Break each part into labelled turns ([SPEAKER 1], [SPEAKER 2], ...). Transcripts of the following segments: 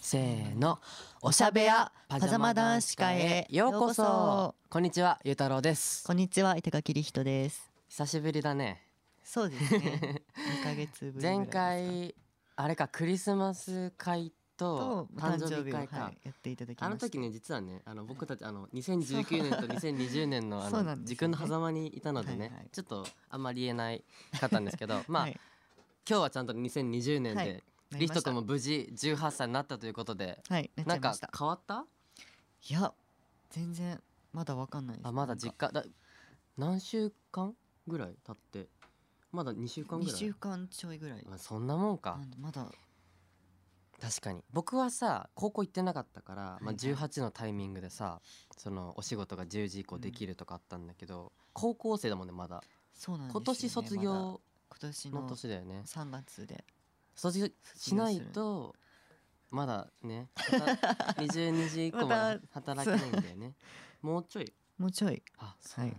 [SPEAKER 1] せーのおしゃべやパジャマ男子会へようこそこんにちはゆうたろうです
[SPEAKER 2] こんにちは、板垣理人です。
[SPEAKER 1] 久しぶりだ ね
[SPEAKER 2] そうですね。 二ヶ月ぶりぐらい
[SPEAKER 1] 前
[SPEAKER 2] ですか。
[SPEAKER 1] 回あれかクリスマス会と
[SPEAKER 2] と
[SPEAKER 1] 誕
[SPEAKER 2] 誕
[SPEAKER 1] 生
[SPEAKER 2] 生
[SPEAKER 1] 日
[SPEAKER 2] 日をは
[SPEAKER 1] 会
[SPEAKER 2] い
[SPEAKER 1] か、
[SPEAKER 2] やっていただきました。
[SPEAKER 1] あの時ね実はねあの僕たちあの2019年と2020年のあ
[SPEAKER 2] そう
[SPEAKER 1] の
[SPEAKER 2] なんですよね
[SPEAKER 1] 時空の狭間にいたのでね
[SPEAKER 2] はいはい
[SPEAKER 1] ちょっとあんまり言えないかったんですけ どまあ、
[SPEAKER 2] はい
[SPEAKER 1] 今日はちゃんと2020年で、
[SPEAKER 2] はいなり
[SPEAKER 1] リ
[SPEAKER 2] ま
[SPEAKER 1] スト
[SPEAKER 2] した
[SPEAKER 1] 君も無事18歳になったということで
[SPEAKER 2] はい、なっちゃ
[SPEAKER 1] ないん
[SPEAKER 2] ま
[SPEAKER 1] か
[SPEAKER 2] した。
[SPEAKER 1] 変わった
[SPEAKER 2] いや、全然まだわかんないです。
[SPEAKER 1] あまだ
[SPEAKER 2] なん
[SPEAKER 1] 実
[SPEAKER 2] か
[SPEAKER 1] 家だ何週間ぐらい経ってまだ2週間ぐ
[SPEAKER 2] 二
[SPEAKER 1] らい
[SPEAKER 2] 週間ちょいぐらい。
[SPEAKER 1] あそんなもんか
[SPEAKER 2] なんでまだ
[SPEAKER 1] 確かに僕はさ高校行ってなかったから、
[SPEAKER 2] い
[SPEAKER 1] ま
[SPEAKER 2] は
[SPEAKER 1] あ、
[SPEAKER 2] い
[SPEAKER 1] 18のタイミングでさそのお仕事が10時以降できるとかあったんだけど、高校生だもんねまだ
[SPEAKER 2] そうなんですよ、
[SPEAKER 1] 今
[SPEAKER 2] ね。
[SPEAKER 1] 年卒
[SPEAKER 2] まだ
[SPEAKER 1] 業
[SPEAKER 2] 今年
[SPEAKER 1] の
[SPEAKER 2] の
[SPEAKER 1] 年だよね
[SPEAKER 2] 三月で
[SPEAKER 1] 卒業しないとまだねはた22時以降まで働けないんだよ ねもうちょい
[SPEAKER 2] もうちょい。
[SPEAKER 1] あそうなんだ、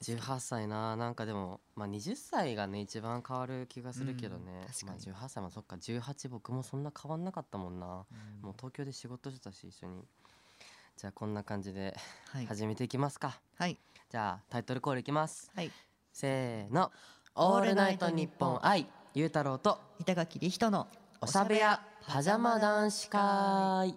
[SPEAKER 1] 18歳ななんかでも、まあ、20歳がね一番変わる気がするけどね
[SPEAKER 2] うん、確
[SPEAKER 1] ま
[SPEAKER 2] か
[SPEAKER 1] あ、
[SPEAKER 2] に
[SPEAKER 1] 18歳もそっか18僕もそんな変わんなかったもんな、
[SPEAKER 2] うん
[SPEAKER 1] もう東京で仕事してたし一緒にじゃあこんな感じで
[SPEAKER 2] はい
[SPEAKER 1] 始めていきますか、
[SPEAKER 2] はい
[SPEAKER 1] じゃあタイトルコールいきます
[SPEAKER 2] はい。
[SPEAKER 1] せーの「オ
[SPEAKER 2] オ
[SPEAKER 1] ー
[SPEAKER 2] ー
[SPEAKER 1] ル
[SPEAKER 2] ル
[SPEAKER 1] ナ
[SPEAKER 2] ナ
[SPEAKER 1] イ
[SPEAKER 2] イ
[SPEAKER 1] ト
[SPEAKER 2] ト
[SPEAKER 1] ニ
[SPEAKER 2] ニ
[SPEAKER 1] ッ
[SPEAKER 2] ッ
[SPEAKER 1] ポ
[SPEAKER 2] ポ
[SPEAKER 1] ン
[SPEAKER 2] ン
[SPEAKER 1] 愛」ゆうたろうと
[SPEAKER 2] 板垣理人の
[SPEAKER 1] おしゃべやパジャマ男子会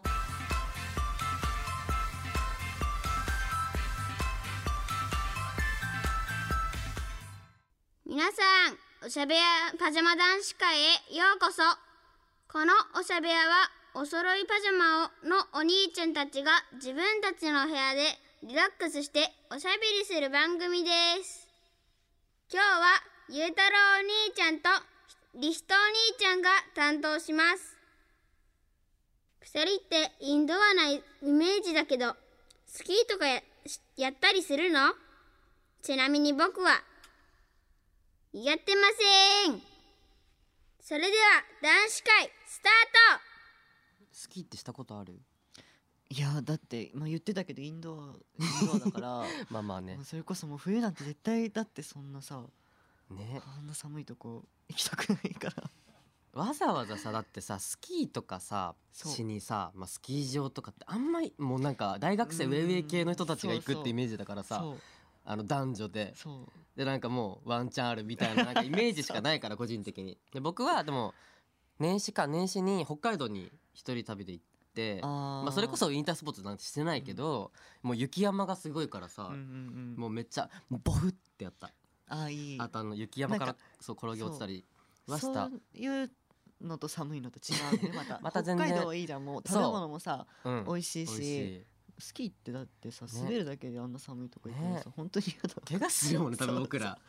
[SPEAKER 3] 皆さん、おしゃべやパジャマ男子会へようこそ。このおしゃべやは、お揃いパジャマをのお兄ちゃんたちが自分たちの部屋でリラックスしておしゃべりする番組です。今日は、ゆうたろうお兄ちゃんとリストお兄ちゃんが担当します。二人ってインドアなイメージだけど、スキーとかやしやったりするのちなみに僕はやってませんそれでは男子会スタート
[SPEAKER 1] 好きってしたことある
[SPEAKER 2] いやだってまあ言ってたけどインドアインドアだから
[SPEAKER 1] まあまあね
[SPEAKER 2] もうそれこそもう冬なんて絶対だってそんなさ
[SPEAKER 1] ね
[SPEAKER 2] あんな寒いとこ行きたくないから
[SPEAKER 1] わざわざさだってさスキーとかさ
[SPEAKER 2] そう
[SPEAKER 1] しにさ、まあ、スキー場とかってあんまりもうなんか大学生
[SPEAKER 2] う
[SPEAKER 1] ウ
[SPEAKER 2] ん
[SPEAKER 1] ェイウェイ系の人たちが行くっ
[SPEAKER 2] そうそ
[SPEAKER 1] てイ
[SPEAKER 2] う
[SPEAKER 1] メージだからさ
[SPEAKER 2] そう
[SPEAKER 1] あの男女で
[SPEAKER 2] そう
[SPEAKER 1] でなんかもうワンチャンあるみたいななんかイメージしかない から個人的にで僕はでも年始か年始に北海道に一人旅で行って
[SPEAKER 2] あー
[SPEAKER 1] まあ、それこそインタースポーツなんてしてないけど、もう雪山がすごいからさ、
[SPEAKER 2] うんうんうん
[SPEAKER 1] もうめっちゃボフってやった
[SPEAKER 2] ああいい
[SPEAKER 1] あとあの雪山から
[SPEAKER 2] なんか
[SPEAKER 1] そう転げ落ちたりは
[SPEAKER 2] そ
[SPEAKER 1] した
[SPEAKER 2] ういうのと寒いのと違うねまた
[SPEAKER 1] また全
[SPEAKER 2] 北
[SPEAKER 1] 然
[SPEAKER 2] 海道はいいじゃんもう
[SPEAKER 1] そう
[SPEAKER 2] 食べ物もさ
[SPEAKER 1] うん
[SPEAKER 2] 美味しい
[SPEAKER 1] 美
[SPEAKER 2] し
[SPEAKER 1] 味しい
[SPEAKER 2] スキーってだってさ
[SPEAKER 1] ね
[SPEAKER 2] 滑るだけであんな寒いとこ行くのさ、
[SPEAKER 1] ね
[SPEAKER 2] 本当に嫌だ
[SPEAKER 1] 怪我するもんね多分僕ら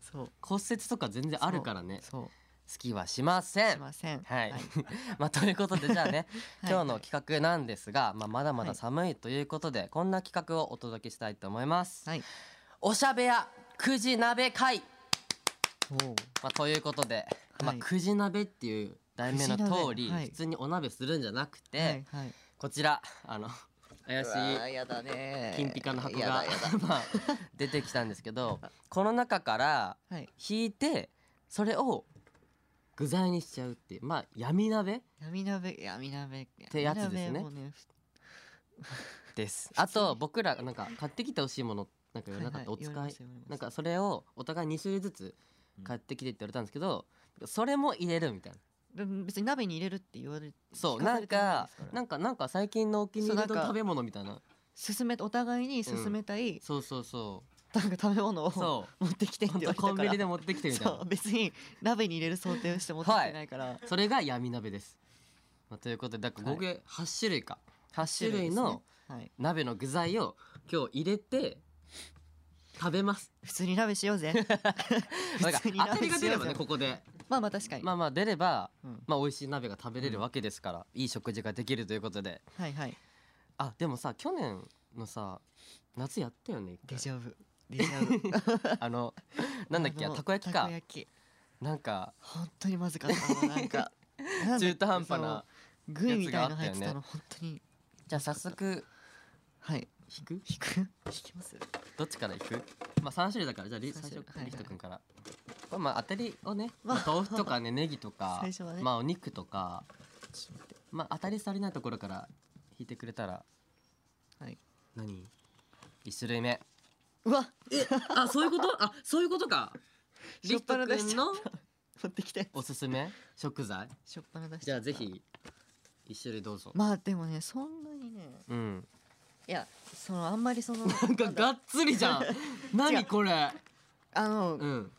[SPEAKER 2] そう
[SPEAKER 1] 骨折とか全然あるからね好
[SPEAKER 2] そ
[SPEAKER 1] きはしませ
[SPEAKER 2] うんしません
[SPEAKER 1] はい、
[SPEAKER 2] はい
[SPEAKER 1] まあということでじゃあね、
[SPEAKER 2] はい
[SPEAKER 1] 今日の企画なんですが、まあ、まだま
[SPEAKER 2] は
[SPEAKER 1] だ
[SPEAKER 2] い
[SPEAKER 1] 寒いということで、こんな企画をお届けしたいと思います、
[SPEAKER 2] はい
[SPEAKER 1] おしゃべやくじ鍋会、
[SPEAKER 2] おう
[SPEAKER 1] まあ、ということで、まあ
[SPEAKER 2] はい
[SPEAKER 1] くじ鍋っていう題名の
[SPEAKER 2] くじ鍋
[SPEAKER 1] 通り、
[SPEAKER 2] はい
[SPEAKER 1] 普通にお鍋するんじゃなくて、
[SPEAKER 2] はいはい
[SPEAKER 1] こちらあの怪し
[SPEAKER 2] うわー
[SPEAKER 1] い
[SPEAKER 2] やだねー
[SPEAKER 1] 金ピカの箱が、
[SPEAKER 2] やだやだ
[SPEAKER 1] まあ出てきたんですけ どこの中から
[SPEAKER 2] はい
[SPEAKER 1] 引いてそれを具材にしちゃうっていうまあ闇鍋
[SPEAKER 2] 闇鍋闇鍋って
[SPEAKER 1] やつですねですあと僕らなんか買ってきてほしいものなんか言わなかった、お使いなんかそれをお互い2種類ずつ買ってきてって言われたんですけど、それも入れるみたいな
[SPEAKER 2] 別に鍋に入れるって言われ
[SPEAKER 1] そう
[SPEAKER 2] 聞
[SPEAKER 1] な
[SPEAKER 2] さ
[SPEAKER 1] ん
[SPEAKER 2] れてい
[SPEAKER 1] か
[SPEAKER 2] ですら
[SPEAKER 1] なんかなんか最近のお気に入り
[SPEAKER 2] そう
[SPEAKER 1] の
[SPEAKER 2] なんか
[SPEAKER 1] 食べ物みたいな
[SPEAKER 2] 進めお互いに進めたい、
[SPEAKER 1] そうそうそ
[SPEAKER 2] なんか食べ物を
[SPEAKER 1] うそ
[SPEAKER 2] 持ってきて
[SPEAKER 1] う
[SPEAKER 2] って
[SPEAKER 1] 本
[SPEAKER 2] 言わ
[SPEAKER 1] 当
[SPEAKER 2] れたか
[SPEAKER 1] コ
[SPEAKER 2] ら
[SPEAKER 1] ンビニで持ってきてみたいな
[SPEAKER 2] そう別に鍋に入れる想定をして持ってきてないから、
[SPEAKER 1] それが闇鍋です、まあ、ということでだから合計8種類か、8種類の
[SPEAKER 2] はい、
[SPEAKER 1] 鍋の具材を今日入れて食べます
[SPEAKER 2] 普通に鍋し ようぜ
[SPEAKER 1] なんか
[SPEAKER 2] 普通に鍋
[SPEAKER 1] 当たりが出れば
[SPEAKER 2] しよう
[SPEAKER 1] ね
[SPEAKER 2] ぜ
[SPEAKER 1] ここで
[SPEAKER 2] まあまあ確かに、
[SPEAKER 1] まあまあ出れば
[SPEAKER 2] うん
[SPEAKER 1] まあ美味しい鍋が食べれるわけですから、いい食事ができるということで
[SPEAKER 2] はいはい
[SPEAKER 1] あでもさ去年のさ夏やったよね一
[SPEAKER 2] デ
[SPEAKER 1] 回
[SPEAKER 2] ジャブデジャブ
[SPEAKER 1] あの なん だっけ
[SPEAKER 2] あの
[SPEAKER 1] たこ焼き
[SPEAKER 2] た
[SPEAKER 1] か
[SPEAKER 2] こ焼き
[SPEAKER 1] なんか
[SPEAKER 2] 本当にまずかったあのなん かなんだっけ
[SPEAKER 1] 中途半端な
[SPEAKER 2] そのグーみたいなの入
[SPEAKER 1] や
[SPEAKER 2] っ
[SPEAKER 1] つ
[SPEAKER 2] て
[SPEAKER 1] があったよね
[SPEAKER 2] たの本当に
[SPEAKER 1] じゃあ早速
[SPEAKER 2] はい
[SPEAKER 1] 引く
[SPEAKER 2] 引く引きます
[SPEAKER 1] どっちから引くまあ3種類だからじゃあり
[SPEAKER 2] 三
[SPEAKER 1] 最
[SPEAKER 2] 種
[SPEAKER 1] 初
[SPEAKER 2] 類はいはい
[SPEAKER 1] リヒト君から、まあまあ当たりをね、
[SPEAKER 2] まあ
[SPEAKER 1] まあ豆腐とかねネギとか
[SPEAKER 2] 最初はね
[SPEAKER 1] まあお肉とか
[SPEAKER 2] ちょっと待って
[SPEAKER 1] まあ当たり障りないところから引いてくれたら
[SPEAKER 2] はい
[SPEAKER 1] 何一種類目
[SPEAKER 2] うわ
[SPEAKER 1] あそういうことあそういうことか
[SPEAKER 2] しょっぱな出しちゃ
[SPEAKER 1] り
[SPEAKER 2] っ
[SPEAKER 1] きと
[SPEAKER 2] た持ってきて
[SPEAKER 1] おすすめ食 材
[SPEAKER 2] しょっぱな出し
[SPEAKER 1] じ
[SPEAKER 2] ち
[SPEAKER 1] ゃあ
[SPEAKER 2] ゃった
[SPEAKER 1] ぜひ一種類どう ぞ
[SPEAKER 2] まあでもねそんなにね
[SPEAKER 1] うん
[SPEAKER 2] いやそのあんまりそ の
[SPEAKER 1] なんか
[SPEAKER 2] ま
[SPEAKER 1] が
[SPEAKER 2] だ
[SPEAKER 1] っつりじ ゃん何これ
[SPEAKER 2] あの
[SPEAKER 1] うん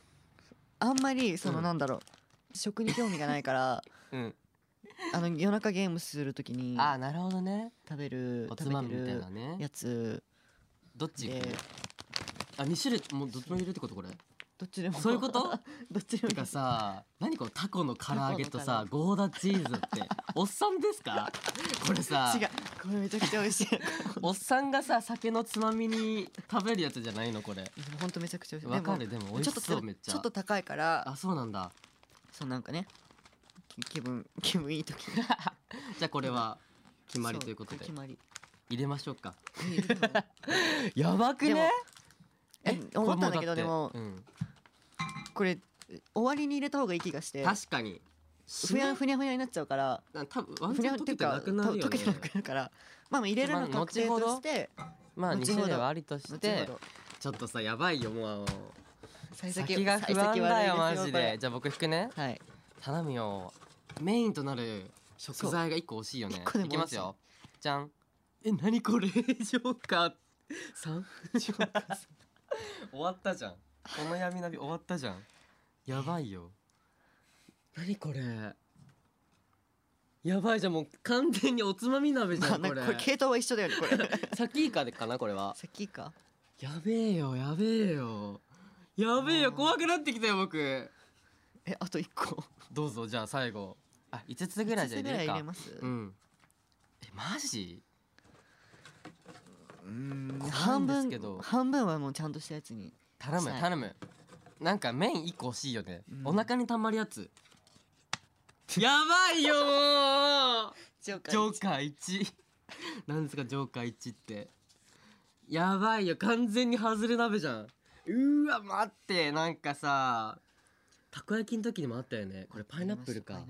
[SPEAKER 2] あんまりそうの
[SPEAKER 1] ん
[SPEAKER 2] なんだろう食に興味がないから
[SPEAKER 1] うん
[SPEAKER 2] あの夜中ゲームするときに
[SPEAKER 1] あーなるほどね
[SPEAKER 2] 食べる
[SPEAKER 1] おつ
[SPEAKER 2] 食
[SPEAKER 1] ま
[SPEAKER 2] べ
[SPEAKER 1] み
[SPEAKER 2] て
[SPEAKER 1] みたい
[SPEAKER 2] る
[SPEAKER 1] なね
[SPEAKER 2] やつ
[SPEAKER 1] どっち
[SPEAKER 2] で
[SPEAKER 1] あ二種類もうどっちも入れるってことこれ
[SPEAKER 2] どっちでも
[SPEAKER 1] そういうこと
[SPEAKER 2] どっちで
[SPEAKER 1] てか
[SPEAKER 2] も
[SPEAKER 1] さ何このタコの唐揚げと
[SPEAKER 2] タコ
[SPEAKER 1] さ
[SPEAKER 2] の
[SPEAKER 1] ゴーダチーズっておっさんですかこれさ
[SPEAKER 2] 違うこれめちゃくちゃ美味しい
[SPEAKER 1] おっさんがさ酒のつまみに食べるやつじゃないのこれ
[SPEAKER 2] ほんとめちゃくちゃ美味しい
[SPEAKER 1] わかるでも美味
[SPEAKER 2] ち
[SPEAKER 1] し
[SPEAKER 2] ょっと
[SPEAKER 1] そうめっちゃ
[SPEAKER 2] ちょっと高いから
[SPEAKER 1] あそうなんだ
[SPEAKER 2] そうなんかねき気分気分いい時に
[SPEAKER 1] じゃあこれは決まりということで
[SPEAKER 2] そ決ま り
[SPEAKER 1] 入れましょうか
[SPEAKER 2] えいるの
[SPEAKER 1] やば
[SPEAKER 2] くねえ思ったんだけどでも
[SPEAKER 1] うん、
[SPEAKER 2] これ終わりに入れた方がいい気がして
[SPEAKER 1] 確かに
[SPEAKER 2] ふやふにゃふにゃになっちゃうから
[SPEAKER 1] な多分ワン
[SPEAKER 2] ふ
[SPEAKER 1] チ
[SPEAKER 2] に
[SPEAKER 1] ャン
[SPEAKER 2] ゃっ
[SPEAKER 1] 溶
[SPEAKER 2] て
[SPEAKER 1] け
[SPEAKER 2] いう
[SPEAKER 1] て
[SPEAKER 2] か
[SPEAKER 1] なくな
[SPEAKER 2] と
[SPEAKER 1] るよ
[SPEAKER 2] 溶
[SPEAKER 1] ね
[SPEAKER 2] けてなくなるからまあまあ入れるの確定として
[SPEAKER 1] まあ二
[SPEAKER 2] 後ほど
[SPEAKER 1] 種類はありとし
[SPEAKER 2] 後ほ
[SPEAKER 1] て
[SPEAKER 2] ど
[SPEAKER 1] ちょっとさやばいよもう
[SPEAKER 2] 幸
[SPEAKER 1] 先が不安だよマ
[SPEAKER 2] 幸先悪いす
[SPEAKER 1] ジ
[SPEAKER 2] こ
[SPEAKER 1] で
[SPEAKER 2] れ
[SPEAKER 1] じゃあ僕引くね
[SPEAKER 2] はい
[SPEAKER 1] 頼むよメインとなる食材が一個惜しいよね
[SPEAKER 2] 一個
[SPEAKER 1] い
[SPEAKER 2] でも
[SPEAKER 1] きますよじゃんえ何これ ジョーカーさんジョーカーさん 終わったじゃんこの闇ナビ終わったじゃんやばいよ何これやばいじゃんもう完全におつまみ鍋じ
[SPEAKER 2] ま
[SPEAKER 1] ゃ
[SPEAKER 2] あ
[SPEAKER 1] ん
[SPEAKER 2] な
[SPEAKER 1] こ
[SPEAKER 2] ん
[SPEAKER 1] れ
[SPEAKER 2] かこれ系統は一緒だよね これ
[SPEAKER 1] 先以下でかなこれは
[SPEAKER 2] 先か
[SPEAKER 1] やべえよやべえよやべえよ
[SPEAKER 2] もう
[SPEAKER 1] 怖くなってきたよ僕
[SPEAKER 2] えあと一個
[SPEAKER 1] どうぞじゃあ最後あ五つぐらいじゃ
[SPEAKER 2] 五つ
[SPEAKER 1] 入れるか
[SPEAKER 2] ます
[SPEAKER 1] うんえマジ
[SPEAKER 2] うーん
[SPEAKER 1] 怖いん
[SPEAKER 2] 半
[SPEAKER 1] ですけど
[SPEAKER 2] 分半分はもうちゃんとしたやつに
[SPEAKER 1] 頼む
[SPEAKER 2] さあ
[SPEAKER 1] 頼むなんか麺一個欲しいよね、
[SPEAKER 2] うん
[SPEAKER 1] お腹にたまるやつやばいよもう
[SPEAKER 2] ジョー カ
[SPEAKER 1] ジョーカー1なんですかジョーカー1ってやばいよ完全に外れ鍋じゃんうーわ待ってなんかさたこ焼きの時にもあったよねこれパイナップルか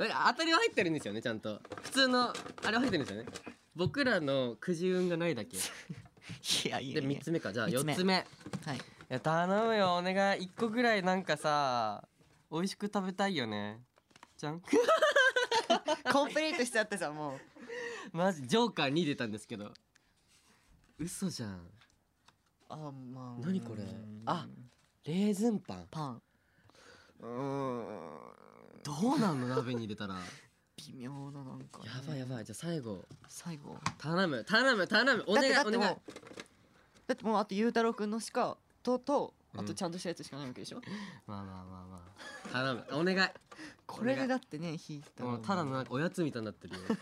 [SPEAKER 1] え当たりは入ってるんですよねちゃんと普通のあれは入ってるんですよね僕らのくじ運がないだけ
[SPEAKER 2] いやい
[SPEAKER 1] で
[SPEAKER 2] やいや
[SPEAKER 1] 3つ目かじゃあ
[SPEAKER 2] 三つ目
[SPEAKER 1] 4つ目
[SPEAKER 2] はい
[SPEAKER 1] いや頼むよお願い1個ぐらいなんかさ美味しく食べたいよねじゃん
[SPEAKER 2] コンプリートしちゃってさもう
[SPEAKER 1] マジジョーカー2出たんですけど嘘じゃん
[SPEAKER 2] あま
[SPEAKER 1] 何これあレーズンパン
[SPEAKER 2] パンうーん
[SPEAKER 1] どうなんの鍋に入れたら
[SPEAKER 2] 微妙ななんかね
[SPEAKER 1] やばいやばいじゃあ最後
[SPEAKER 2] 最後
[SPEAKER 1] 頼む頼む頼むお
[SPEAKER 2] だっ
[SPEAKER 1] 願い
[SPEAKER 2] てだっ
[SPEAKER 1] お
[SPEAKER 2] ても
[SPEAKER 1] 願いう
[SPEAKER 2] だってもうあとゆうたろうくんのしかとと
[SPEAKER 1] うん
[SPEAKER 2] あとちゃんとしたやつしかないわけでしょ
[SPEAKER 1] まあまあまあまあ頼むお願い
[SPEAKER 2] これでだってね引いたら
[SPEAKER 1] もうただのなんかおやつみたいにな ってるよ今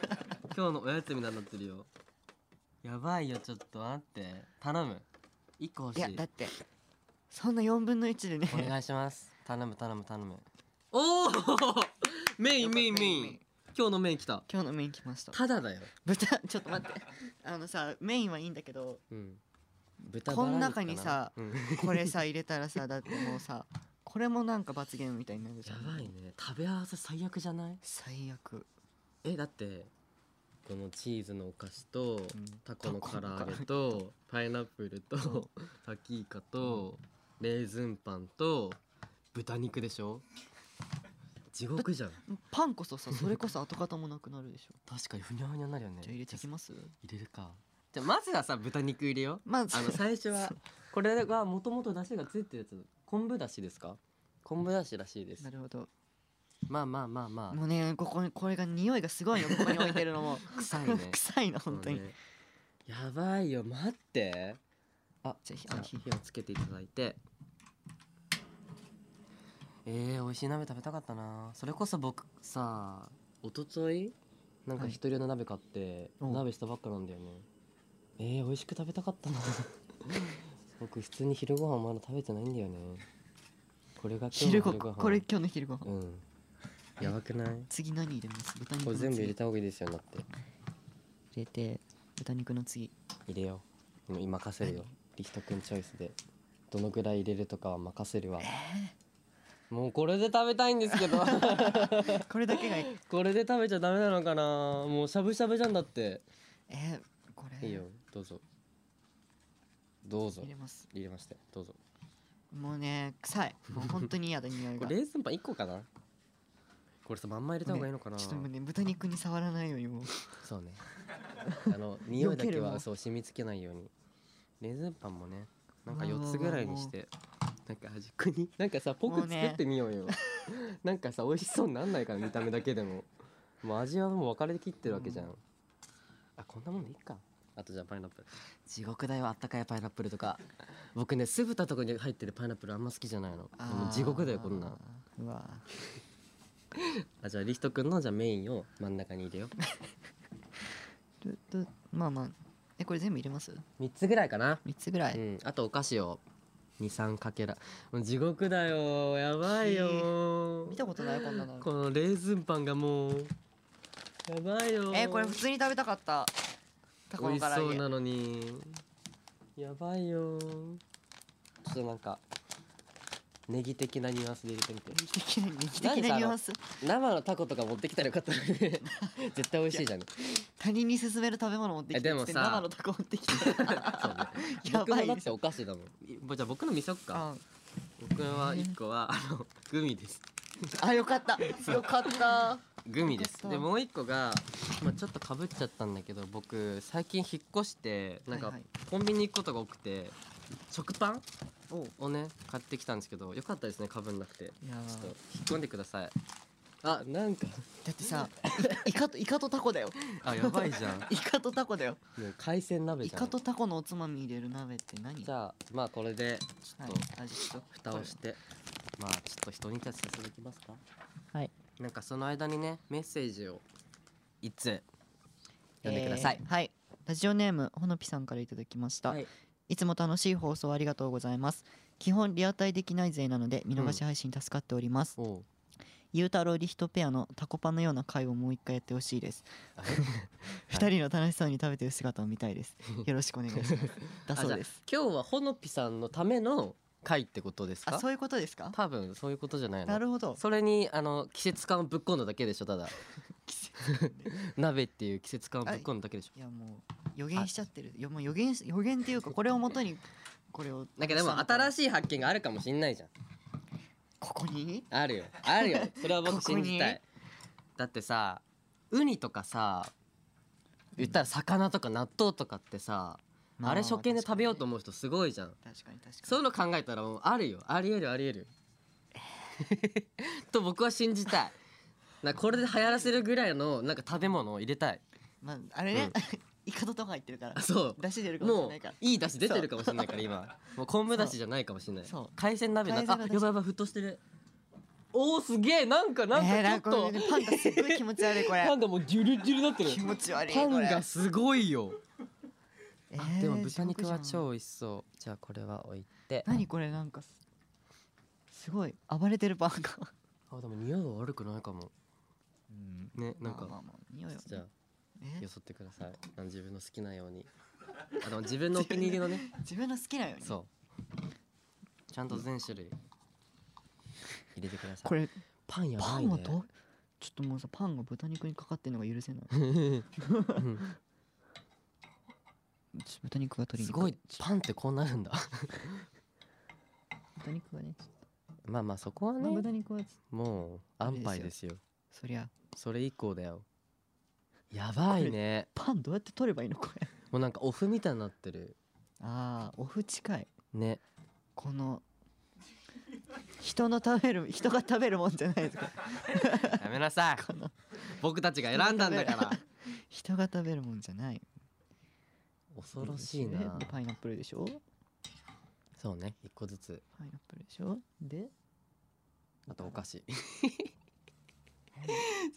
[SPEAKER 1] 日のおやつみたいになってるよやばいよちょっと待って頼む一個欲
[SPEAKER 2] い
[SPEAKER 1] しい
[SPEAKER 2] やだってそんな4分の1でね
[SPEAKER 1] お願いします頼む頼む頼むおおメインメインメイン今日のメイン来た
[SPEAKER 2] 今日のメイン来ました
[SPEAKER 1] ただだよ、
[SPEAKER 2] 豚ちょっと待ってあのさメインはいいんだけど
[SPEAKER 1] うん、豚
[SPEAKER 2] こん
[SPEAKER 1] バラ肉か
[SPEAKER 2] 中にさ
[SPEAKER 1] うん
[SPEAKER 2] これさ入れたらさだってもうさこれもなんか罰ゲームみたいになるじ
[SPEAKER 1] や
[SPEAKER 2] ゃん
[SPEAKER 1] ばいね食べ合わせ最悪じゃない
[SPEAKER 2] 最悪、
[SPEAKER 1] えだってこのチーズのお菓子と、
[SPEAKER 2] うん
[SPEAKER 1] タコの唐揚
[SPEAKER 2] タコの
[SPEAKER 1] げ
[SPEAKER 2] 唐
[SPEAKER 1] とパイナップルとタキイカとレーズンパンと豚肉でしょ地獄じゃん
[SPEAKER 2] 揚げパンこそさそれこそ跡形もなくなるでしょ
[SPEAKER 1] 確かにふにゃふにゃになるよね
[SPEAKER 2] じゃあ入れてきます
[SPEAKER 1] 入れるかじゃあまずはさ豚肉入れ よう
[SPEAKER 2] まず
[SPEAKER 1] あの最初はこれがもともと出汁がついてるやつ昆布出汁ですか昆布出汁らしいです
[SPEAKER 2] なるほど
[SPEAKER 1] まあまあまあま
[SPEAKER 2] もうねここにこれが匂いがすごいよここに置いてるのも
[SPEAKER 1] あ臭いね
[SPEAKER 2] 臭いの本当に、
[SPEAKER 1] そうねやばいよ待ってあ
[SPEAKER 2] じゃあ
[SPEAKER 1] じゃあ
[SPEAKER 2] 火
[SPEAKER 1] 火をつけていただいてえー、美味しい鍋食べたかったなそれこそ僕さ一昨日なんか
[SPEAKER 2] はい
[SPEAKER 1] 一人用の鍋買って、
[SPEAKER 2] おう
[SPEAKER 1] 鍋したばっかなんだよねえー、美味しく食べたかったな 僕普通に昼ご飯まだ食べてないんだよねこれが今日の
[SPEAKER 2] 昼ご
[SPEAKER 1] 昼ご飯
[SPEAKER 2] これ今日の昼ご飯、
[SPEAKER 1] うんやばくない
[SPEAKER 2] 次何入れます豚肉
[SPEAKER 1] こ
[SPEAKER 2] の
[SPEAKER 1] れ
[SPEAKER 2] 次
[SPEAKER 1] 全部入れ
[SPEAKER 2] 入
[SPEAKER 1] た方がいいですよだって
[SPEAKER 2] れて豚肉の次
[SPEAKER 1] 入れようもう今任せるよ力人くんチョイスでどのぐらい入れるとかは任せるわ、もうこれで食べたいんですけど
[SPEAKER 2] これだけがいい
[SPEAKER 1] これで食べちゃダメなのかなもうしゃぶしゃぶじゃんだって
[SPEAKER 2] えー、これ
[SPEAKER 1] いいよどうぞどうぞ
[SPEAKER 2] 入れます
[SPEAKER 1] 入れましてどうぞ
[SPEAKER 2] もうね臭いもう本当に嫌だ匂い
[SPEAKER 1] こ
[SPEAKER 2] が
[SPEAKER 1] れレーズンパン1個かなこれさまんま入れた方がいいのかな、
[SPEAKER 2] ちょっと今ね豚肉に触らないようにもう
[SPEAKER 1] そうねあの匂いだけ
[SPEAKER 2] 避ける
[SPEAKER 1] は
[SPEAKER 2] の
[SPEAKER 1] そう染みつけないようにレーズンパンもねなんか
[SPEAKER 2] わあわあ
[SPEAKER 1] 4つぐらいにしてなんか端っこ になんかさポク
[SPEAKER 2] もう
[SPEAKER 1] 作
[SPEAKER 2] ね
[SPEAKER 1] ってみようよ なんかさ美味しそうになんないから見た目だけでももう味はもう分かれきってるわけじゃん、あこんなもんでいいかあとじゃあパイナップル地獄だよあったかいパイナップルとか 僕ね酢豚とかに入ってるパイナップルあんま好きじゃないのでも地獄だよこんなん
[SPEAKER 2] あーうわ
[SPEAKER 1] あじゃあリヒト君のじゃあメインを真ん中に入れよ
[SPEAKER 2] ーちょっとまあまあえこれ全部入れます
[SPEAKER 1] う3つぐらいかな
[SPEAKER 2] 三つぐらい、
[SPEAKER 1] うん、あとお菓子を23かけらもう地獄だよやばいよ
[SPEAKER 2] 見たことないこんなの
[SPEAKER 1] このレーズンパンがもうやばいよ
[SPEAKER 2] えー、これ普通に食べたかったタコ
[SPEAKER 1] 美
[SPEAKER 2] の
[SPEAKER 1] 味し
[SPEAKER 2] 唐
[SPEAKER 1] そ
[SPEAKER 2] 揚
[SPEAKER 1] う
[SPEAKER 2] げ
[SPEAKER 1] なのにやばいよちょっとなんかネギ的なニュアンスで入れてみて
[SPEAKER 2] 右的な右的なニュアンス
[SPEAKER 1] 生のタコとか持ってきたらよかったのに ね絶対美味しいじゃん
[SPEAKER 2] 他人に勧める食べ物持ってきて
[SPEAKER 1] えでもさ
[SPEAKER 2] 生のタコ持ってきて
[SPEAKER 1] そうね
[SPEAKER 2] や
[SPEAKER 1] 僕
[SPEAKER 2] ば
[SPEAKER 1] の
[SPEAKER 2] い
[SPEAKER 1] だっ
[SPEAKER 2] でしてょ
[SPEAKER 1] お菓子だもんぼ じゃあ僕の見そっか
[SPEAKER 2] あ
[SPEAKER 1] 僕は一個はあのグミです
[SPEAKER 2] あよかったよかった
[SPEAKER 1] グミです
[SPEAKER 2] よかった
[SPEAKER 1] でもう一個が、まあ、ちょっとかぶっちゃったんだけど僕最近引っ越してなん
[SPEAKER 2] は
[SPEAKER 1] か
[SPEAKER 2] いはい
[SPEAKER 1] コンビニ行くことが多くて食パン
[SPEAKER 2] お
[SPEAKER 1] をね買ってきたんですけどよかったですねかぶんなくて
[SPEAKER 2] いや
[SPEAKER 1] ちょっ
[SPEAKER 2] ー
[SPEAKER 1] と引っ込んでくださいあなん か
[SPEAKER 2] だってさイイカとイカとタ コだよ
[SPEAKER 1] あやばいじゃんも
[SPEAKER 2] イカとタコだよ
[SPEAKER 1] う海鮮鍋
[SPEAKER 2] イ
[SPEAKER 1] じゃん
[SPEAKER 2] カとタコのおつまみ入れる鍋って何
[SPEAKER 1] じゃあまあこれでちょ
[SPEAKER 2] は
[SPEAKER 1] っ
[SPEAKER 2] い
[SPEAKER 1] と、
[SPEAKER 2] あじゃあちょっと
[SPEAKER 1] 蓋をしてまあちょっと人に立ち続きますか
[SPEAKER 2] はい
[SPEAKER 1] なんかその間にねメッセージをいつ読んでください、
[SPEAKER 2] えーはいラジオネームほのぴさんからいただきました、、
[SPEAKER 1] はいい、
[SPEAKER 2] つも楽しい放送ありがとうございます基本リアタイできない勢なので見逃し配信助かっております、
[SPEAKER 1] おう
[SPEAKER 2] ゆうたろうりひとペアのタコパンのような会をもう一回やってほしいです
[SPEAKER 1] あ
[SPEAKER 2] 二人の楽しそうに食べてる姿を見た いですよろしくお願いしますだそうです
[SPEAKER 1] あじゃあ今日はほのぴさんのための会ってことです
[SPEAKER 2] あ
[SPEAKER 1] か
[SPEAKER 2] そういうことですか
[SPEAKER 1] 多分そういうことじゃないの
[SPEAKER 2] なるほど
[SPEAKER 1] それにあの季節感をぶっ込んだだけでしょ ただ鍋っていう季節感をぶっ込んだだけでしょ
[SPEAKER 2] いやもう予言しちゃってるよもう予言し予言っていうかこれをもとにこれを
[SPEAKER 1] なんかでも新
[SPEAKER 2] い
[SPEAKER 1] しい発見があるかもしんないじゃん
[SPEAKER 2] ここに
[SPEAKER 1] あるよあるよそれは僕
[SPEAKER 2] ここに
[SPEAKER 1] 信じたいだってさウニとかさ言ったら魚とか納豆とかってさ、あれ初見で食べようと
[SPEAKER 2] 思
[SPEAKER 1] 思う人すごいじゃん
[SPEAKER 2] う確かに確かに
[SPEAKER 1] そういうの考えたらもうあるよ ありえるありえると僕は信じたいなこれで流行らせるぐらいのなんか食べ物を入れたい
[SPEAKER 2] まああれね、 イカととか入ってるから
[SPEAKER 1] あそ
[SPEAKER 2] 出汁出る
[SPEAKER 1] う
[SPEAKER 2] かもしれ
[SPEAKER 1] も
[SPEAKER 2] な
[SPEAKER 1] う
[SPEAKER 2] いから
[SPEAKER 1] いい出汁出てるかもしれないから今もう昆布出汁じゃないかもしれない
[SPEAKER 2] そう
[SPEAKER 1] 海鮮鍋な
[SPEAKER 2] 海鮮の
[SPEAKER 1] あ
[SPEAKER 2] 出汁
[SPEAKER 1] やばいやばい沸騰してるおおすげえなんかなん
[SPEAKER 2] えーな
[SPEAKER 1] か
[SPEAKER 2] ん
[SPEAKER 1] ちょ
[SPEAKER 2] か
[SPEAKER 1] っ、
[SPEAKER 2] ことれねパンがすっごい気持ち悪いこれ
[SPEAKER 1] パンがもうジュルジュルなってる
[SPEAKER 2] 気持ち悪い
[SPEAKER 1] パ
[SPEAKER 2] これ
[SPEAKER 1] ンがすごいよ、
[SPEAKER 2] え
[SPEAKER 1] あ
[SPEAKER 2] ー
[SPEAKER 1] でも豚肉は
[SPEAKER 2] 地獄
[SPEAKER 1] 超美味しそうじゃあこれは置いて
[SPEAKER 2] じゃん何これなんかすすごい暴れてるパンが、
[SPEAKER 1] あでも匂いは悪くないかもねなんか
[SPEAKER 2] まあまあまあ匂いはね
[SPEAKER 1] じゃあ
[SPEAKER 2] え
[SPEAKER 1] よそってくださいあの自分の好きなようにあの自分のお気に入りのね
[SPEAKER 2] 自分の好きなように
[SPEAKER 1] そうちゃんと全種類入れてください
[SPEAKER 2] これ
[SPEAKER 1] パンやば
[SPEAKER 2] パ
[SPEAKER 1] い
[SPEAKER 2] ン
[SPEAKER 1] ね
[SPEAKER 2] はどうちょっともうさパンが豚肉にかかってんのが許せないちょっと豚肉が鶏
[SPEAKER 1] す
[SPEAKER 2] 肉
[SPEAKER 1] ごいパンってこうなるんだ
[SPEAKER 2] 豚肉がね
[SPEAKER 1] まあまあそこは
[SPEAKER 2] まあ
[SPEAKER 1] ね
[SPEAKER 2] 豚肉は
[SPEAKER 1] もう安牌ですよ
[SPEAKER 2] そりゃ
[SPEAKER 1] それ以降だよやばいね
[SPEAKER 2] パンどうやって取ればいいのこれ
[SPEAKER 1] もうなんかオフみたいになってる
[SPEAKER 2] ああオフ近い
[SPEAKER 1] ね
[SPEAKER 2] この人の 食べる人が食べるもんじゃないですか
[SPEAKER 1] やめなさい
[SPEAKER 2] この
[SPEAKER 1] 僕たちが選んだんだから
[SPEAKER 2] 人が食べるもんじゃない
[SPEAKER 1] 恐ろしい
[SPEAKER 2] で
[SPEAKER 1] な
[SPEAKER 2] でパイナップルでしょ
[SPEAKER 1] そうね一個ずつ
[SPEAKER 2] パイナップルでしょで
[SPEAKER 1] あとお菓子。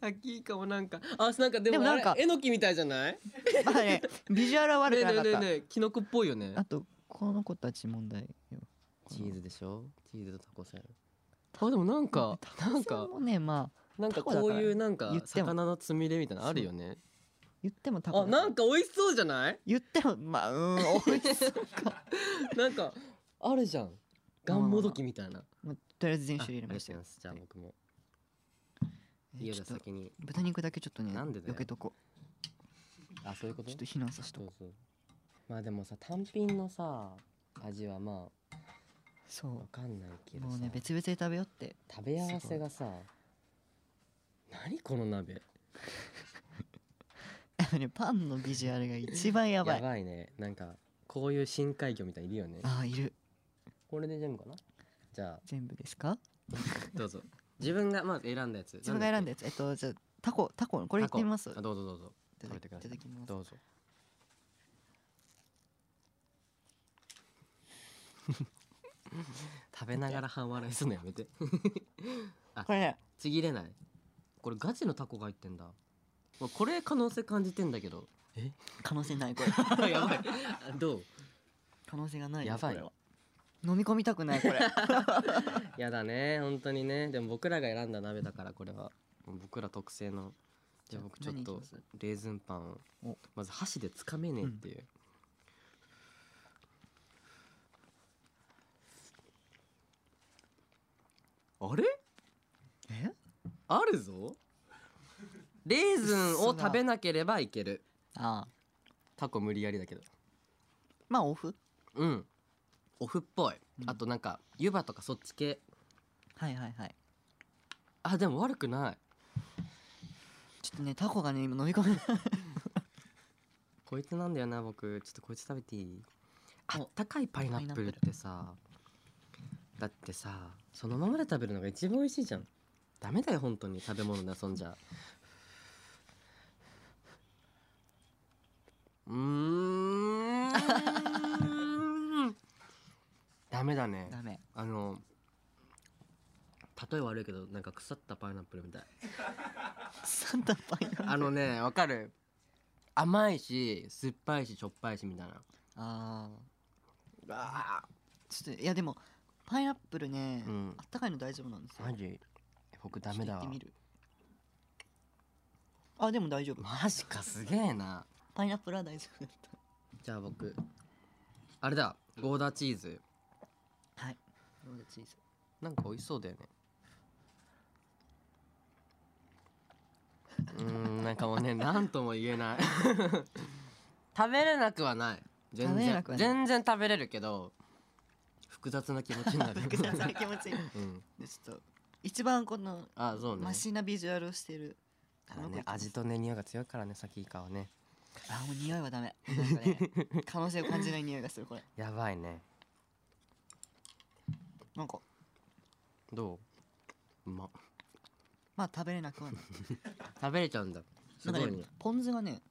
[SPEAKER 1] さっきかもなんか、あ、なんかで
[SPEAKER 2] で
[SPEAKER 1] も
[SPEAKER 2] も
[SPEAKER 1] な
[SPEAKER 2] なんん
[SPEAKER 1] か
[SPEAKER 2] か
[SPEAKER 1] えのきみたいじゃない？ね
[SPEAKER 2] まあ ねビジュアルは
[SPEAKER 1] え
[SPEAKER 2] 悪く
[SPEAKER 1] ね
[SPEAKER 2] なか
[SPEAKER 1] えねえ
[SPEAKER 2] った、
[SPEAKER 1] ねえ、キノコっぽいよね。
[SPEAKER 2] あとこの子たち問題よ
[SPEAKER 1] チーズでしょ？チーズとタコせん。あ、でもなんか、なんか、
[SPEAKER 2] もねまあ
[SPEAKER 1] なんか
[SPEAKER 2] タコだ
[SPEAKER 1] こ
[SPEAKER 2] か
[SPEAKER 1] う
[SPEAKER 2] ら
[SPEAKER 1] いうなんか
[SPEAKER 2] 言っても
[SPEAKER 1] 魚のつみれみたいなのあるよね。
[SPEAKER 2] 言ってもタコ
[SPEAKER 1] あ、
[SPEAKER 2] だから
[SPEAKER 1] なんか美味しそうじゃない？
[SPEAKER 2] 言ってもまあう ーん美味しそうか
[SPEAKER 1] なんかあるじゃん。ガンモドキみたいな。
[SPEAKER 2] まあとりあえず全
[SPEAKER 1] あ
[SPEAKER 2] 種類入れました
[SPEAKER 1] ありが
[SPEAKER 2] よ
[SPEAKER 1] とうございますじゃあ僕も
[SPEAKER 2] えー
[SPEAKER 1] いいよ
[SPEAKER 2] ち
[SPEAKER 1] じゃあ
[SPEAKER 2] ょっと
[SPEAKER 1] 先に
[SPEAKER 2] 豚肉だけちょっとね
[SPEAKER 1] なんでだよ
[SPEAKER 2] 避けとこ
[SPEAKER 1] あそういうこ
[SPEAKER 2] う
[SPEAKER 1] と
[SPEAKER 2] ちょっと避難させと
[SPEAKER 1] そ
[SPEAKER 2] こ
[SPEAKER 1] うそうまあでもさ単品のさ味はま
[SPEAKER 2] うそ
[SPEAKER 1] あわかんないけ
[SPEAKER 2] う
[SPEAKER 1] どさ
[SPEAKER 2] もうね別々で食べようって
[SPEAKER 1] 食べ合わせがさ何この鍋
[SPEAKER 2] あのねパンのビジュアルが一番や
[SPEAKER 1] や
[SPEAKER 2] ばい
[SPEAKER 1] ばいねなんかこういう深海魚みたいにいるよね
[SPEAKER 2] あーいる
[SPEAKER 1] これで全部かなじゃあ
[SPEAKER 2] 全部ですか
[SPEAKER 1] どうぞ自分がまず選んだやつ
[SPEAKER 2] 自分が選んだ
[SPEAKER 1] や
[SPEAKER 2] やつえっとじゃあタコタコこれいってみますい
[SPEAKER 1] あどうぞどうぞ
[SPEAKER 2] た
[SPEAKER 1] 食
[SPEAKER 2] だ
[SPEAKER 1] べてください
[SPEAKER 2] いただきます
[SPEAKER 1] どうぞ食べながら半笑いすんのやめて
[SPEAKER 2] これね
[SPEAKER 1] ちぎれないこれガチのタコが入ってんだまあこれ可能性感じてんだけど
[SPEAKER 2] 可能性ないこ れ
[SPEAKER 1] やばいどう
[SPEAKER 2] 可能性がない
[SPEAKER 1] やばい
[SPEAKER 2] これは飲み込みたくな いこれ
[SPEAKER 1] やだね本当にねでも僕らが選んだ鍋だからこれは僕ら特製のじゃあ僕ちょっ
[SPEAKER 2] 何いき
[SPEAKER 1] と
[SPEAKER 2] ます
[SPEAKER 1] レーズンパンを
[SPEAKER 2] お
[SPEAKER 1] まず箸でつかめねえっていう、あれ
[SPEAKER 2] え
[SPEAKER 1] あるぞレーズンを食べなければいける
[SPEAKER 2] ああ
[SPEAKER 1] タコ無理やりだけど
[SPEAKER 2] まあオフ
[SPEAKER 1] うんオフっぽい、
[SPEAKER 2] うん
[SPEAKER 1] あとなんか湯葉とかそっち系
[SPEAKER 2] はいはいはい
[SPEAKER 1] あでも悪くない
[SPEAKER 2] ちょっとねタコがね今飲み込めない
[SPEAKER 1] こいつなんだよな僕ちょっとこいつ食べていいあ
[SPEAKER 2] お
[SPEAKER 1] ったかいパイナップルってさだってさそのままで食べるのが一番美味しいじゃんダメだよ本当に食べ物で遊んじゃうーんダメだね
[SPEAKER 2] ダメ
[SPEAKER 1] あの例え悪いけどなんか腐ったパイナップルみたい
[SPEAKER 2] サンタパイナ
[SPEAKER 1] あのねわかる甘いし酸っぱいししょっぱいしみたいな
[SPEAKER 2] ああ
[SPEAKER 1] あ
[SPEAKER 2] ちょっといやでもパイナップルね、
[SPEAKER 1] うん
[SPEAKER 2] あったかいの大丈夫なんですよ
[SPEAKER 1] マジ僕ダメだわ
[SPEAKER 2] ちょっと行ってみるあでも大丈夫
[SPEAKER 1] マジかすげえな
[SPEAKER 2] パイナップルは大丈夫だっ
[SPEAKER 1] じゃあ僕あれだゴーダーチーズ
[SPEAKER 2] た はいなのでチーズ
[SPEAKER 1] なんか美味しそうだよねうーんなんかもう ね何とも言えない食べれなくはない全
[SPEAKER 2] 食べれ
[SPEAKER 1] 然
[SPEAKER 2] なくはない
[SPEAKER 1] 全然食べれるけど複雑な気持ちになる
[SPEAKER 2] 複雑な気持ち いい
[SPEAKER 1] うん
[SPEAKER 2] でちょっと一番この
[SPEAKER 1] あそうね
[SPEAKER 2] マシなビジュアルをしてる
[SPEAKER 1] ただね味とね匂いが強いからねさきいかはね
[SPEAKER 2] あもう匂いは ダメなんかね可能性を感じない匂いがするこれ
[SPEAKER 1] やばいね
[SPEAKER 2] なんか
[SPEAKER 1] どううま
[SPEAKER 2] まあ食べれなくはない
[SPEAKER 1] 食べれちゃうんだす
[SPEAKER 2] な
[SPEAKER 1] ご
[SPEAKER 2] んか
[SPEAKER 1] い
[SPEAKER 2] ね
[SPEAKER 1] ね
[SPEAKER 2] ポン酢がね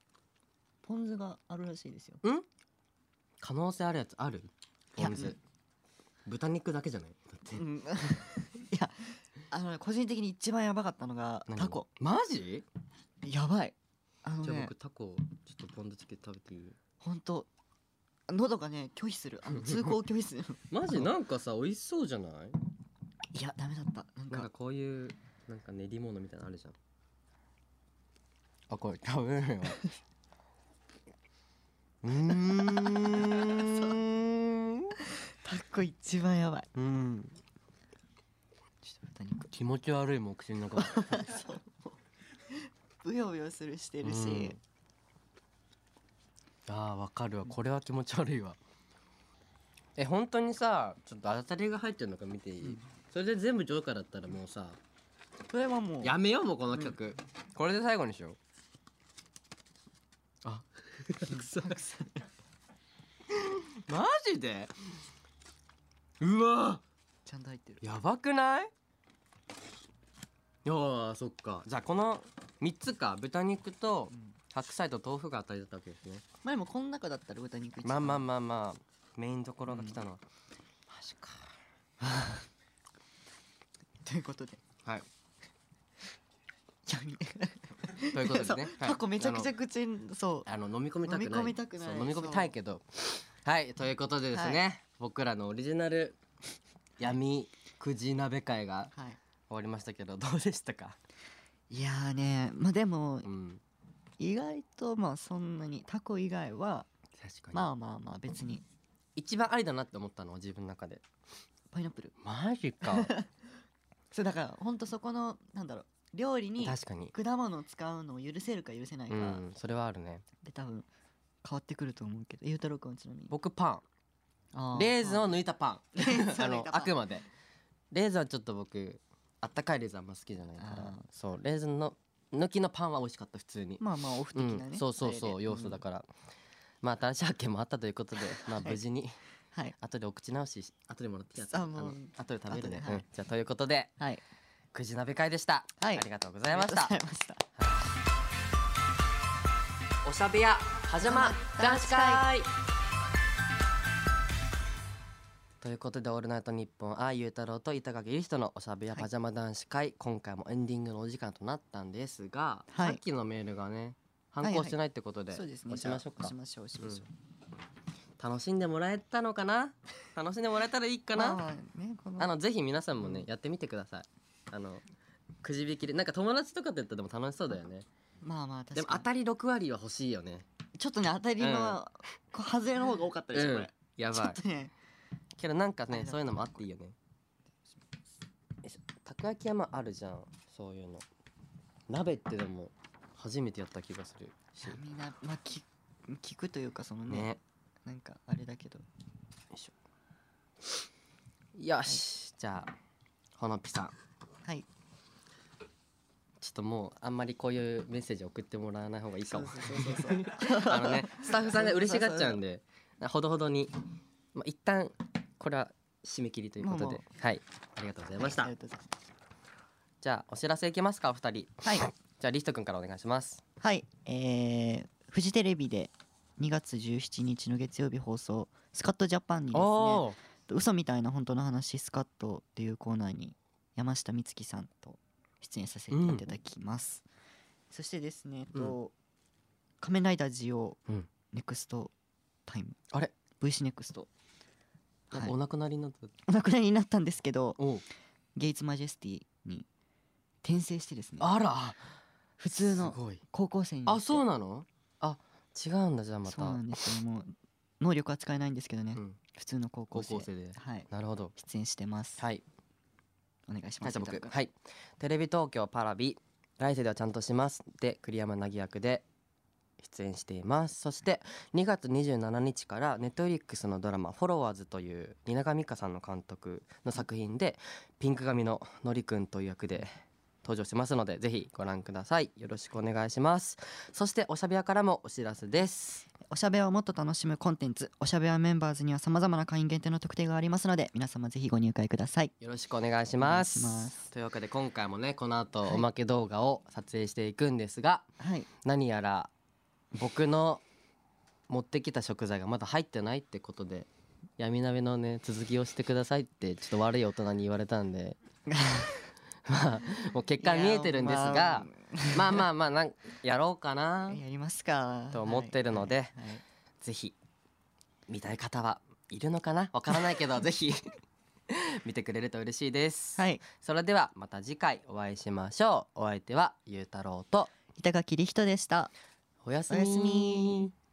[SPEAKER 2] ポン酢があるらしいですよ
[SPEAKER 1] 可能性あるやつある
[SPEAKER 2] いや
[SPEAKER 1] お
[SPEAKER 2] う
[SPEAKER 1] 店
[SPEAKER 2] ん
[SPEAKER 1] 豚肉だけじゃないだって
[SPEAKER 2] うん いやあのね個人的に一番やばかったのが
[SPEAKER 1] 何
[SPEAKER 2] タコ
[SPEAKER 1] マジ
[SPEAKER 2] やばいあの
[SPEAKER 1] じゃあ
[SPEAKER 2] ね
[SPEAKER 1] 僕タコちょっとポン酢つけて食べていい
[SPEAKER 2] ほんと喉がね拒否するあの通行を拒否す る
[SPEAKER 1] マ
[SPEAKER 2] ジ
[SPEAKER 1] なんかさ美味しそうじゃない
[SPEAKER 2] いやダメだったな
[SPEAKER 1] な
[SPEAKER 2] ん
[SPEAKER 1] んか
[SPEAKER 2] か
[SPEAKER 1] こういうなんか練り物みたいなのあるじゃんあこれ食べれ るようーん
[SPEAKER 2] タコ一番やばい
[SPEAKER 1] うん
[SPEAKER 2] ちょっと豚肉
[SPEAKER 1] 気持ち悪いもん口の中が
[SPEAKER 2] そうブヨブヨするしてる
[SPEAKER 1] う
[SPEAKER 2] し
[SPEAKER 1] んあーわかるわこれは気持ち悪いわえ本当にさちょっと当たりが入ってるのか見ていい、
[SPEAKER 2] うん
[SPEAKER 1] それで全部ジョーカーだったらもうさ
[SPEAKER 2] それはもう
[SPEAKER 1] やめようもうこの企画、これで最後にしようあ マジでうわ
[SPEAKER 2] ちゃんと入ってる
[SPEAKER 1] やばくないあーそっかじゃあこの3つか豚肉と
[SPEAKER 2] うん
[SPEAKER 1] 白菜と豆腐が当たりだったわけですね
[SPEAKER 2] まあでもこの中だったら豚肉一
[SPEAKER 1] まあ
[SPEAKER 2] 番
[SPEAKER 1] まあまあまあメインどころが来たのは、マジか
[SPEAKER 2] ということで
[SPEAKER 1] はい
[SPEAKER 2] やめ
[SPEAKER 1] というこ とでねはい
[SPEAKER 2] タコめちゃくちゃ口にそう
[SPEAKER 1] あの飲み込みたくない
[SPEAKER 2] 飲み込みたくない
[SPEAKER 1] そう飲み込みたいけどはいということでですね、
[SPEAKER 2] は
[SPEAKER 1] 僕らのオリジナル闇くじ鍋会が
[SPEAKER 2] は
[SPEAKER 1] 終わりましたけどどうでしたか、
[SPEAKER 2] いいやーねまあでも
[SPEAKER 1] うん、
[SPEAKER 2] 意外とまあそんなにタコ以外は
[SPEAKER 1] 確かに、
[SPEAKER 2] まあまあまあ別に
[SPEAKER 1] 一番ありだなって思ったのは自分の中で
[SPEAKER 2] パイナップル
[SPEAKER 1] マジか
[SPEAKER 2] そうだから本当そこのなんだろう料理に
[SPEAKER 1] 確かに
[SPEAKER 2] 果物を使うのを許せるか許せないか
[SPEAKER 1] うんそれはあるね
[SPEAKER 2] で多分変わってくると思うけどゆうたろうくんはちなみに
[SPEAKER 1] 僕パ
[SPEAKER 2] あ
[SPEAKER 1] ン
[SPEAKER 2] ー
[SPEAKER 1] レーズンを抜いたパン
[SPEAKER 2] レ ーズン
[SPEAKER 1] あ
[SPEAKER 2] を抜い
[SPEAKER 1] の
[SPEAKER 2] たパン
[SPEAKER 1] あくまでレーズンはちょっと僕あったかいレーズンあんま好きじゃないか
[SPEAKER 2] あ
[SPEAKER 1] ら
[SPEAKER 2] ー
[SPEAKER 1] そうレーズンの抜きのパンは美味しかった普通に
[SPEAKER 2] まあまあオフ的なね、
[SPEAKER 1] うん、そうそうそ
[SPEAKER 2] あ
[SPEAKER 1] う
[SPEAKER 2] れで
[SPEAKER 1] 要素だから、まあ新しい発見もあったということでまあ無事に
[SPEAKER 2] うんはい
[SPEAKER 1] 後でお口直しし後でもらってきた
[SPEAKER 2] あ
[SPEAKER 1] の
[SPEAKER 2] もう
[SPEAKER 1] 後で食べるね、
[SPEAKER 2] 後ではい
[SPEAKER 1] うんじゃあということで
[SPEAKER 2] はい
[SPEAKER 1] くじ鍋会でした、
[SPEAKER 2] はい
[SPEAKER 1] ありがとうございました
[SPEAKER 2] ありがとうございました
[SPEAKER 1] おしゃべやパジャマ男子会ということで「オールナイトニッポン」あゆうたろうと板垣理人のおしゃべやパジャマ男子会、今回もエンディングのお時間となったんですが、
[SPEAKER 2] はい
[SPEAKER 1] さっきのメールがね
[SPEAKER 2] いは
[SPEAKER 1] 反
[SPEAKER 2] い
[SPEAKER 1] 抗してないってことで,、
[SPEAKER 2] そうですね
[SPEAKER 1] 押しましょうか
[SPEAKER 2] じゃあ押しましょう押しましょう、
[SPEAKER 1] 楽しんでもらえたのかな楽しんでもらえたらいいかな、
[SPEAKER 2] まあねこの
[SPEAKER 1] あのぜひ皆さんもね、
[SPEAKER 2] うん
[SPEAKER 1] やってみてくださいあのくじ引きでなんか友達とかとやったらでも楽しそうだよね
[SPEAKER 2] まあまあ
[SPEAKER 1] でも
[SPEAKER 2] 確か
[SPEAKER 1] 当た
[SPEAKER 2] に
[SPEAKER 1] り6割は欲しいよね
[SPEAKER 2] ちょっとね当たりの、こう外れの方が多かったでしょ、
[SPEAKER 1] うん
[SPEAKER 2] これ
[SPEAKER 1] や
[SPEAKER 2] ちょ
[SPEAKER 1] ば
[SPEAKER 2] っ
[SPEAKER 1] い
[SPEAKER 2] とね
[SPEAKER 1] けどなんか
[SPEAKER 2] あれ
[SPEAKER 1] ね
[SPEAKER 2] だ
[SPEAKER 1] そういうのもあっていいよねよいしょたこ焼き山あるじゃんそういうの鍋ってでも初めてやった気がするし
[SPEAKER 2] みんなまあき聞くというかそのね
[SPEAKER 1] ね
[SPEAKER 2] なんかあれだけど
[SPEAKER 1] よしじゃあほのぴさん
[SPEAKER 2] はい
[SPEAKER 1] ちょっともうあんまりこういうメッセージ送ってもらわない方がいいか
[SPEAKER 2] そう
[SPEAKER 1] も
[SPEAKER 2] そうそうそう
[SPEAKER 1] あのね、スタッフさんが嬉しがっちゃうんで、ほどほどに、まあ、一旦これは締め切りということ
[SPEAKER 2] もう
[SPEAKER 1] で
[SPEAKER 2] も、
[SPEAKER 1] はい、ありがとうございました。
[SPEAKER 2] はいありがとうございます
[SPEAKER 1] じゃあお知らせいきますかお二人。
[SPEAKER 2] はい
[SPEAKER 1] じゃあリスト君からお願いします。
[SPEAKER 2] はい、えー、フジテレビで2月17日の月曜日放送スカットジャパンにですね
[SPEAKER 1] お、
[SPEAKER 2] 嘘みたいな本当の話スカットっていうコーナーに山下美月さんと出演させていただきます、そしてですね、えっと仮面ライダージオ、
[SPEAKER 1] うん
[SPEAKER 2] ネクストタイム
[SPEAKER 1] あれ、
[SPEAKER 2] VC ネクスト
[SPEAKER 1] なん
[SPEAKER 2] は
[SPEAKER 1] か
[SPEAKER 2] い
[SPEAKER 1] お亡くなりになった。
[SPEAKER 2] お亡くなりになったんですけど
[SPEAKER 1] おう
[SPEAKER 2] ゲイツマジェスティに転生してですね
[SPEAKER 1] あら、
[SPEAKER 2] 普通の
[SPEAKER 1] すごい。
[SPEAKER 2] 高校生に
[SPEAKER 1] あ、そう
[SPEAKER 2] な
[SPEAKER 1] なの？あ、違うんだじゃあまた。
[SPEAKER 2] そうなんですよもう能力は使えないんですけどね、
[SPEAKER 1] うん
[SPEAKER 2] 普通の高校
[SPEAKER 1] 高
[SPEAKER 2] 生
[SPEAKER 1] 校生で。
[SPEAKER 2] はい
[SPEAKER 1] なるほど。
[SPEAKER 2] 出演してます、
[SPEAKER 1] はい。
[SPEAKER 2] お願いし
[SPEAKER 1] は
[SPEAKER 2] ま
[SPEAKER 1] い、じ
[SPEAKER 2] す
[SPEAKER 1] ゃあ僕
[SPEAKER 2] 板
[SPEAKER 1] はいテレビ東京パラビ来世ではちゃんとしますで栗山凪役で出演していますそして2月27日からネットフリックスのドラマ「フォロワーズ」という蜷川美香さんの監督の作品でピンク髪ののりくんという役で登場しますのでぜひご覧くださいよろしくお願いしますそしておしゃべやからもお知らせです
[SPEAKER 2] おしゃべりをもっと楽しむコンテンツおしゃべりメンバーズにはさまざまな会員限定の特典がありますので皆様ぜひご入会ください
[SPEAKER 1] よろしくお願いします
[SPEAKER 2] お願いします
[SPEAKER 1] というわけで今回もねこの後
[SPEAKER 2] はい
[SPEAKER 1] おまけ動画を撮影していくんですが、
[SPEAKER 2] はい
[SPEAKER 1] 何やら僕の持ってきた食材がまだ入ってないってことで闇鍋のね続きをしてくださいってちょっと悪い大人に言われたんで まあもう結果見えてるんです
[SPEAKER 2] いや
[SPEAKER 1] が、まあ、まあまあなんやろうか
[SPEAKER 2] ま
[SPEAKER 1] な
[SPEAKER 2] あやりますか
[SPEAKER 1] と思ってるので
[SPEAKER 2] はいはいはい
[SPEAKER 1] ぜひ見たい方はいるのかなわからないけどぜひ 見てくれると嬉しいです、
[SPEAKER 2] はい
[SPEAKER 1] それではまた次回お会いしましょうお相手はゆうたろうと
[SPEAKER 2] 板垣理人でした
[SPEAKER 1] おやすみ
[SPEAKER 2] おやすみ